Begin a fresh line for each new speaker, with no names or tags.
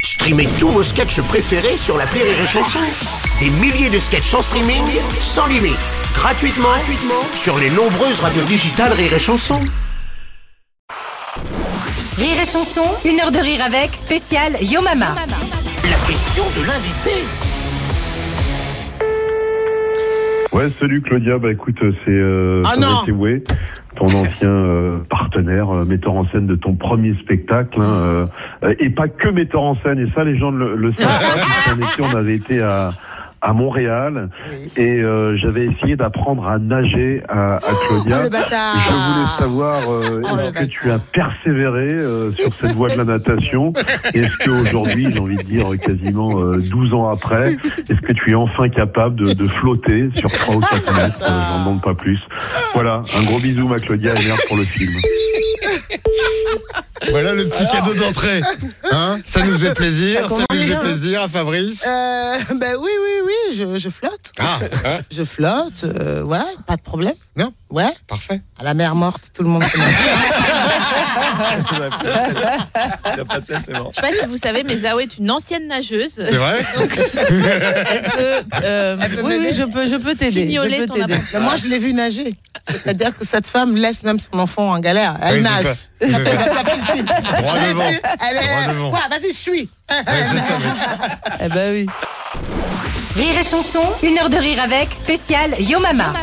Streamez tous vos sketchs préférés sur la Rire et Chanson. Des milliers de sketchs en streaming, sans limite, gratuitement, gratuitement sur les nombreuses radios digitales Rire et Chanson.
Rire et chanson, une heure de rire avec, spécial Yo Mama.
La question de l'invité.
Ouais, salut Claudia, bah écoute, euh, c'est euh,
Ah
Thomas
non
Seway, ton ancien euh, partenaire, euh, metteur en scène de ton premier spectacle, hein, euh, euh, et pas que metteur en scène, et ça les gens le, le savent hein, pas, puisqu'en été, on avait été à à Montréal et euh, j'avais essayé d'apprendre à nager à, à Claudia.
Oh, le bâtard
Je voulais savoir euh,
Oh, le
est-ce que
bâtard.
tu as persévéré euh, sur cette voie de la natation Est-ce qu'aujourd'hui, j'ai envie de dire quasiment euh, 12 ans après, est-ce que tu es enfin capable de, de flotter sur 3 ou 4 mètres Euh, J'en demande pas plus. Voilà, un gros bisou ma Claudia et merde pour le film.
Voilà le petit cadeau d'entrée. Hein ça nous fait plaisir, ça nous fait plaisir à Fabrice.
Euh, ben oui, oui, oui, je, je flotte.
Ah, hein,
Je flotte, euh, voilà, pas de problème.
Non.
Ouais,
parfait.
à la mer morte, tout le monde se mange.
Je sais pas si vous savez, mais Zao est une ancienne nageuse.
C'est vrai
Elle peut, euh,
Oui, oui, je peux, je peux t'aider.
Fignoler
Je peux
ton
t'aider.
appart.
Mais Moi, je l'ai vu nager. C'est-à-dire que cette femme laisse même son enfant en galère. Elle
Oui, c'est
nage.
ça.
Elle est dans sa piscine.
Droit
Je l'ai
devant.
vu, Elle
Droit
est.
devant.
Quoi, vas-y, suis.
Ouais, c'est ça, mais-
Eh ben oui.
Rire et chanson, une heure de rire avec, spécial Yo Mama.